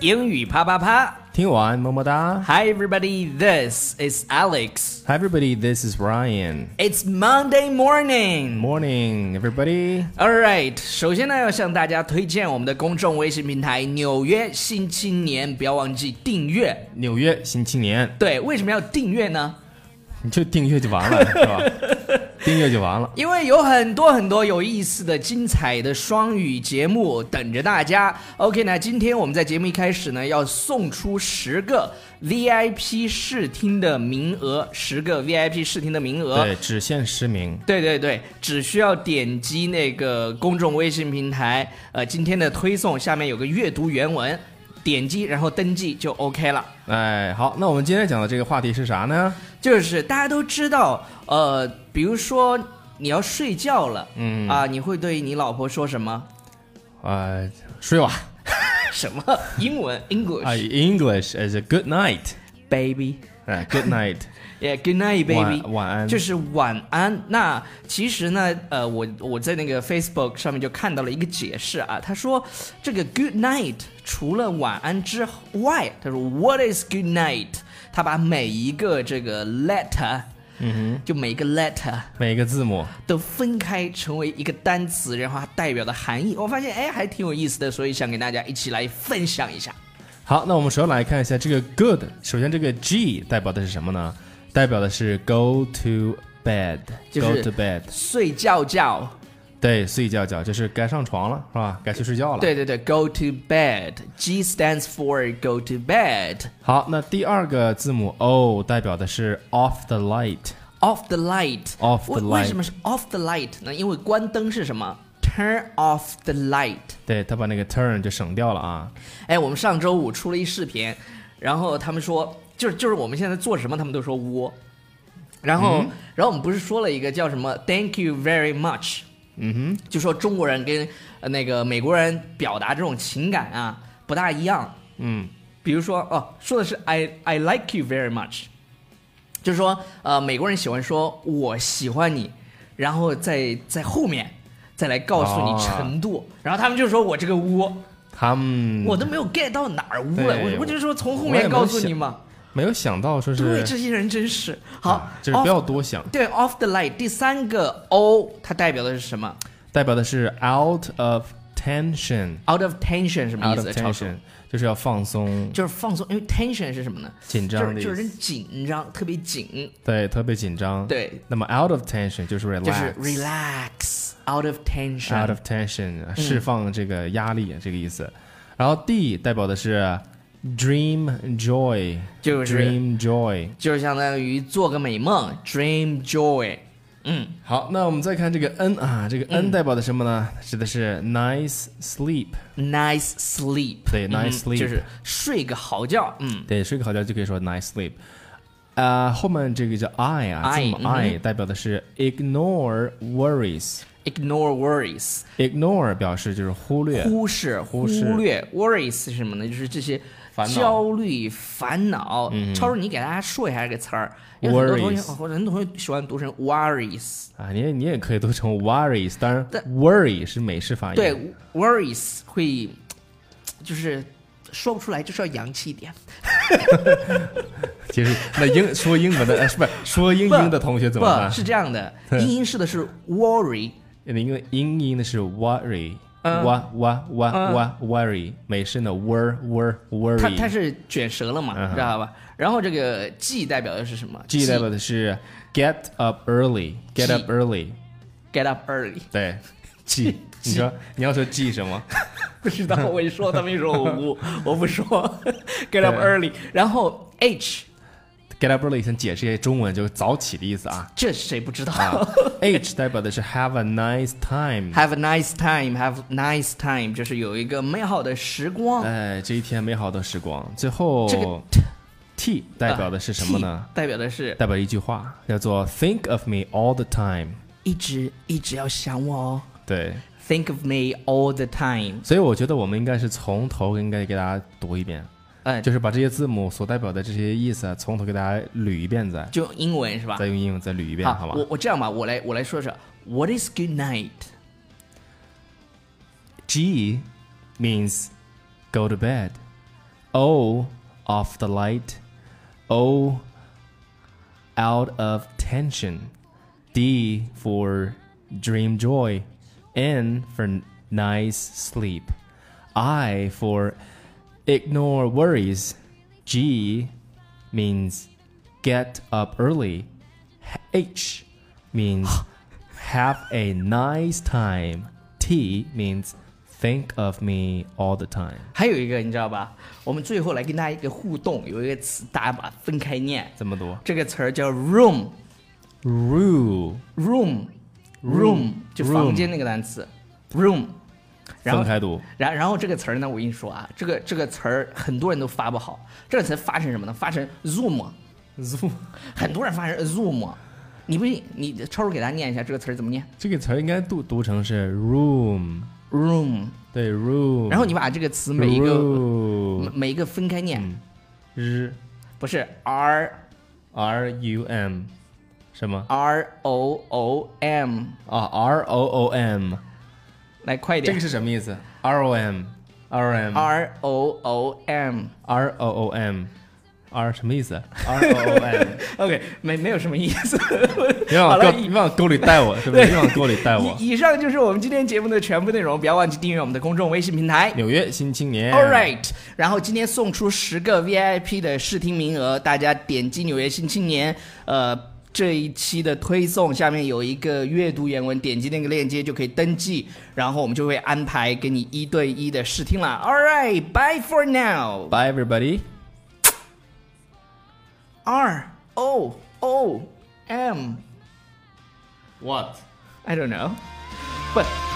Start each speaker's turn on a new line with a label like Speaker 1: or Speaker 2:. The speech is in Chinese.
Speaker 1: 英语啪啪啪
Speaker 2: 听完么么哒。
Speaker 1: ！Hi everybody, this is Alex.
Speaker 2: Hi everybody, this is Ryan.
Speaker 1: It's Monday morning.
Speaker 2: Morning, everybody.
Speaker 1: All right，首先呢，要向大家推荐我们的公众微信平台《纽约新青年》，不要忘记订阅。
Speaker 2: 纽约新青年，
Speaker 1: 对，为什么要订阅呢？
Speaker 2: 你就订阅就完 了，是吧？订阅就完了。
Speaker 1: 因为有很多很多有意思的、精彩的双语节目等着大家。OK，那今天我们在节目一开始呢，要送出十个 VIP 试听的名额，十个 VIP 试听的名额。
Speaker 2: 对，只限实名。
Speaker 1: 对对对，只需要点击那个公众微信平台，呃，今天的推送下面有个阅读原文，点击然后登记就 OK 了。
Speaker 2: 哎，好，那我们今天讲的这个话题是啥呢？
Speaker 1: 就是大家都知道，呃，比如说你要睡觉了，嗯啊，你会对你老婆说什么？
Speaker 2: 呃，睡吧。
Speaker 1: 什么英文
Speaker 2: 啊
Speaker 1: English
Speaker 2: English is a good night.
Speaker 1: baby？
Speaker 2: 哎 ，good night.
Speaker 1: 也 Good night, baby，
Speaker 2: 晚晚安
Speaker 1: 就是晚安。那其实呢，呃，我我在那个 Facebook 上面就看到了一个解释啊，他说这个 Good night 除了晚安之外，他说 What is Good night？他把每一个这个 letter，嗯哼，就每一个 letter
Speaker 2: 每个字母，
Speaker 1: 都分开成为一个单词，然后它代表的含义，我发现哎还挺有意思的，所以想给大家一起来分享一下。
Speaker 2: 好，那我们首先来看一下这个 good。首先，这个 G 代表的是什么呢？代表的是 go to bed，、
Speaker 1: 就
Speaker 2: go
Speaker 1: 是
Speaker 2: to bed。
Speaker 1: 睡觉觉。
Speaker 2: 对，睡觉觉就是该上床了，是吧？该去睡觉了。，
Speaker 1: 对对对，go to bed. G stands for go to bed.
Speaker 2: 好，那第二个字母 O 代表的是 off the light。
Speaker 1: Off the light.
Speaker 2: Off the
Speaker 1: 为
Speaker 2: light
Speaker 1: 为什么是 off the light 呢？因为关灯是什么？Turn off the light.
Speaker 2: 对他把那个 turn 就省掉了啊。
Speaker 1: 哎，我们上周五出了一视频，然后他们说，就是就是我们现在做什么，他们都说窝。然后、
Speaker 2: 嗯
Speaker 1: 然后我们不是说了一个叫什么 “Thank you very much”，嗯哼，就说中国人跟呃那个美国人表达这种情感啊不大一样。
Speaker 2: 嗯，
Speaker 1: 比如说哦，说的是 I I like you very much，就是说呃美国人喜欢说我喜欢你，然后在在后面再来告诉你
Speaker 2: 哦
Speaker 1: 程度，嗯然后他们就说我这个窝，
Speaker 2: 他们
Speaker 1: 我都没有 get 到哪儿污了，
Speaker 2: 对
Speaker 1: 我我就说从后
Speaker 2: 我也
Speaker 1: 面
Speaker 2: 没有
Speaker 1: 告诉
Speaker 2: 想
Speaker 1: 你嘛。
Speaker 2: 没有想到说
Speaker 1: 对，
Speaker 2: 是
Speaker 1: 这些人真是好
Speaker 2: 啊，。就是不
Speaker 1: off-
Speaker 2: 要多想，
Speaker 1: 对 off the light 第三个 O，它代表的是什么
Speaker 2: 代表的是 out of tension。
Speaker 1: ？out of tension 什么意
Speaker 2: out
Speaker 1: 思？
Speaker 2: of
Speaker 1: 超叔
Speaker 2: tension 就是要放松，
Speaker 1: 就是放松，因为 tension 是什么呢？
Speaker 2: 紧
Speaker 1: 就
Speaker 2: 张
Speaker 1: 是
Speaker 2: 的意
Speaker 1: 就
Speaker 2: 思。
Speaker 1: 是人紧张，特别紧。
Speaker 2: 对，特别紧张。
Speaker 1: 对，
Speaker 2: 那么 out of tension 就是 relax，
Speaker 1: 就是 relax out of tension。
Speaker 2: out of
Speaker 1: 嗯
Speaker 2: tension 释放这个压力、这个意思。然后 D 代表的是 dream joy，
Speaker 1: 就是
Speaker 2: dream joy。
Speaker 1: 就是相当于做个美梦，dream joy。嗯
Speaker 2: 好，那我们再看这个 N 啊，这个 N 代表的什么呢？指的是 nice sleep，
Speaker 1: Nice sleep，
Speaker 2: 对
Speaker 1: 嗯
Speaker 2: nice sleep
Speaker 1: 就是睡个好觉，嗯，
Speaker 2: 对，睡个好觉就可以说 nice sleep。呃，后面这个叫 I 啊，字
Speaker 1: I，
Speaker 2: 母
Speaker 1: 嗯哼
Speaker 2: I 代表的是 ignore worries。
Speaker 1: ，ignore worries，
Speaker 2: ignore 表示就是忽略，
Speaker 1: 忽视、忽
Speaker 2: 视
Speaker 1: 略，worries 是什么呢？就是这些
Speaker 2: 烦恼嗯
Speaker 1: 焦虑、烦恼。超叔，你给大家说一下这个词儿，因为很多同学，
Speaker 2: Worries
Speaker 1: 很多同学喜欢读成 worries，
Speaker 2: 啊，你也你也可以读成 worries，当然
Speaker 1: 但
Speaker 2: worry 是美式发音。
Speaker 1: 对，worries 会就是说不出来，就是要洋气一点。
Speaker 2: 其实那 英说英文的，呃，是不是说英英的同学怎么办
Speaker 1: 不？是这样 的，英英式的是 worry，
Speaker 2: 那英英音的是 worry，
Speaker 1: 嗯
Speaker 2: 哇哇哇哇 worry，美式呢 wor wor
Speaker 1: 它它
Speaker 2: worry。
Speaker 1: 是卷舌了嘛，
Speaker 2: 嗯哼
Speaker 1: 知道吧？然后这个 G 代表的是什么
Speaker 2: G 代表的是 get up early，get
Speaker 1: G
Speaker 2: up early，
Speaker 1: get up early，
Speaker 2: 对，G，你说你要说 G 什么？
Speaker 1: 不知道我一说他们一说我 不我不说 get up early，然后 H
Speaker 2: get up early，先解释一下中文，就是早起的意思 啊。
Speaker 1: 这谁不知道、
Speaker 2: 啊 H 代表的是 have a nice time，
Speaker 1: h a v e a nice time，have nice time，就是有一个美好的时光。
Speaker 2: 哎，这一天美好的时光。最后，
Speaker 1: 这个
Speaker 2: T 代表的是什么呢？
Speaker 1: T 啊代表的是
Speaker 2: 代表一句话，叫做 "Think of me all the time"。
Speaker 1: 一直一直要想我哦
Speaker 2: 对，
Speaker 1: ，think of me all the time。
Speaker 2: 所以我觉得我们应该是从头应该给大家读一遍，
Speaker 1: 哎，
Speaker 2: 就是把这些字母所代表的这些意思啊，从头给大家捋一遍再，
Speaker 1: 就英文是吧
Speaker 2: 再？用英文再捋一遍，好
Speaker 1: 好，
Speaker 2: 吧
Speaker 1: 啊我我这样吧，我来我来说说 What is good night？
Speaker 2: ？G means go to bed. O off the light, O out of tension, D for dream joy, N for nice sleep, I for ignore worries, G means get up early, H means have a nice time, T means think of me all the time.
Speaker 1: 还有一个你知道吧？我们最后来跟大家一个互动，有一个词大家把它分开念，
Speaker 2: 这么多
Speaker 1: 这个词儿叫 room
Speaker 2: rule
Speaker 1: room room，就房间那个单词 room。然后
Speaker 2: 分开读，
Speaker 1: 然然后这个词儿呢，我跟你说啊，这个这个词儿很多人都发不好，这个词发成什么呢？发成 zoom，
Speaker 2: Zoom
Speaker 1: 很多人发成 zoom。你不信？你超叔给大家念一下这个词儿怎么念
Speaker 2: 这个词儿应该读读成是 room，
Speaker 1: ？room。
Speaker 2: 对 room，
Speaker 1: 然后你把这个词每一个每
Speaker 2: room
Speaker 1: 每一个分开念，
Speaker 2: r
Speaker 1: 不是 r
Speaker 2: r u m 什么
Speaker 1: r o o m，
Speaker 2: 啊 r o o m
Speaker 1: 来快一
Speaker 2: 这
Speaker 1: 点
Speaker 2: 个。是什么意思？r o m r m
Speaker 1: R O O M。
Speaker 2: r o o m r 什么意思？r o o m
Speaker 1: OK，没没有什么意思。
Speaker 2: 别往
Speaker 1: 好
Speaker 2: 沟
Speaker 1: 了
Speaker 2: 别往沟里带我，是不是？别往沟里 带 我。
Speaker 1: 以以上就是我们今天节目的全部内容，不要忘记订阅我们的公众微信平台。
Speaker 2: 纽约新青年
Speaker 1: All right，然后今天送出十个 VIP 的试听名额，大家点击《纽约新青年》呃这一期的推送，下面有一个阅读原文，点击那个链接就可以登记，然后我们就会安排给你一对一的试听了。All right，bye for now。
Speaker 2: Bye everybody.
Speaker 1: R O O M。
Speaker 2: What?
Speaker 1: I don't know. But